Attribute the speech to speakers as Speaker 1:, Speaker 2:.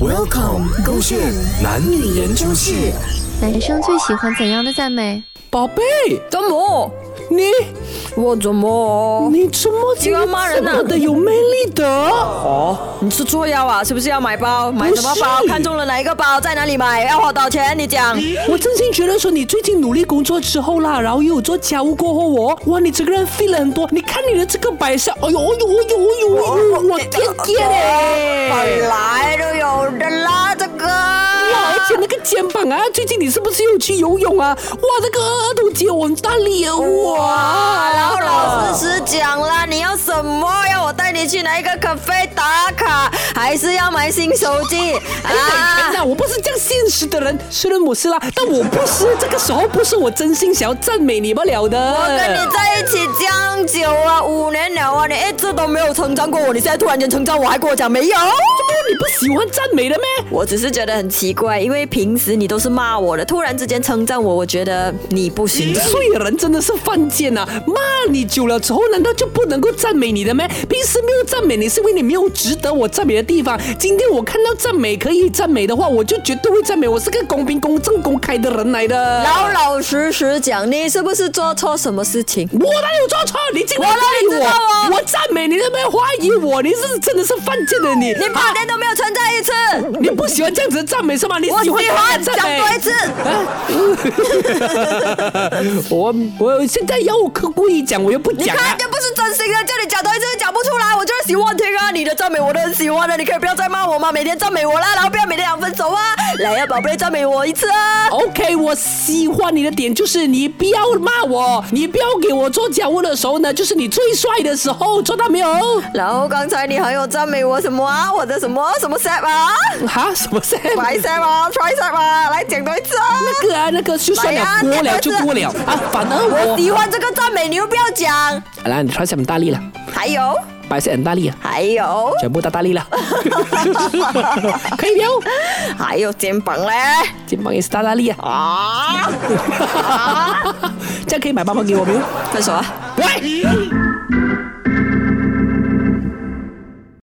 Speaker 1: Welcome，勾线男女研究室。
Speaker 2: 男生最喜欢怎样的赞美？
Speaker 3: 宝贝，
Speaker 4: 怎么？
Speaker 3: 你
Speaker 4: 我怎么？
Speaker 3: 你怎么
Speaker 4: 你要骂人
Speaker 3: 这
Speaker 4: 啊
Speaker 3: 么的有魅力的？哦，
Speaker 4: 你吃错药啊？是不是要买包？买什么包
Speaker 3: 不？是
Speaker 4: 看中了哪一个包？在哪里买？要花多少钱？你讲。
Speaker 3: 我真心觉得说你最近努力工作之后啦，然后又有做家务过后哦，哇，你整个人 fit 了很多。你看你的这个摆设，哎呦，哎呦，哎呦，哎呦，哎呦，我天天嘞！
Speaker 4: 本哎来就有的啦，这个。
Speaker 3: 哇，而且那个肩膀啊，最近你是不是又去游泳啊？哇，那个二头肌有很大力啊！哇，
Speaker 4: 然后老师实讲啦，你要什么？要我带你去哪一个咖啡打卡，还是要买新手机
Speaker 3: 哎
Speaker 4: 啊？
Speaker 3: 那我不是这样现实的人，虽然我是啦，但我不是这个时候不是我真心想要赞美你不了的。
Speaker 4: 我跟你在一起这样久啊，五年了啊，你一直都没有成长过我，你现在突然间成长，我还跟我讲没有？
Speaker 3: 你不喜欢赞美的咩？
Speaker 4: 我只是觉得很奇怪，因为平时你都是骂我的，突然之间称赞我，我觉得你不行。
Speaker 3: 所以人真的是犯贱呐、啊！骂你久了之后，难道就不能够赞美你的咩？平时没有赞美你，是因为你没有值得我赞美的地方。今天我看到赞美可以赞美的话，我就绝对会赞美。我是个公平、公正、公开的人来的。
Speaker 4: 老老实实讲，你是不是做错什么事情？
Speaker 3: 我哪有做错？你竟然
Speaker 4: 我哪里
Speaker 3: 骂
Speaker 4: 知道啊
Speaker 3: 我？我赞美你，那边怀疑我，你是真的是犯贱的你。
Speaker 4: 你半年都没有存在一 次，
Speaker 3: 你不喜欢这样子的赞美是吗？你
Speaker 4: 我喜
Speaker 3: 喜欢这样
Speaker 4: 欢
Speaker 3: 的
Speaker 4: 讲
Speaker 3: 赞美
Speaker 4: 多一次。
Speaker 3: 我我现在要我刻故意讲，我又不
Speaker 4: 你
Speaker 3: 讲啊
Speaker 4: 看，。这不是真心的，叫你讲多一次都讲不出来，我就是喜欢听啊，你的赞美我都很喜欢的，你可以不要再骂我吗？每天赞美我啦，然后不要每天想分手啊，来呀、宝贝，赞美我一次 啊。
Speaker 3: OK，我喜欢你的点就是你不要骂我，你不要给我做家务的时候呢，就是你最帅的时候，做到没有？
Speaker 4: 然后刚才你还有啊赞美我什么啊？我的什么什么 set 啊？
Speaker 3: 哈，什么事？
Speaker 4: 白 set 啊，tricep 啊，来讲多一次啊。
Speaker 3: 那个啊，那个就算了
Speaker 4: 来，啊
Speaker 3: 过
Speaker 4: 那
Speaker 3: 了
Speaker 4: 个
Speaker 3: 就是过了啊。反而
Speaker 4: 哦我
Speaker 3: 我，
Speaker 4: 喜欢这个赞美，你又不要讲。
Speaker 3: 好啦，你穿下很大力了，
Speaker 4: 还有，
Speaker 3: 白色很大力啊，
Speaker 4: 还有，
Speaker 3: 全部大大力了，可以没有？
Speaker 4: 还有肩膀嘞
Speaker 3: 肩膀也是大大力啊，
Speaker 4: 啊！
Speaker 3: 这样可以买包包给我没有？
Speaker 4: 分手啊！
Speaker 3: 喂。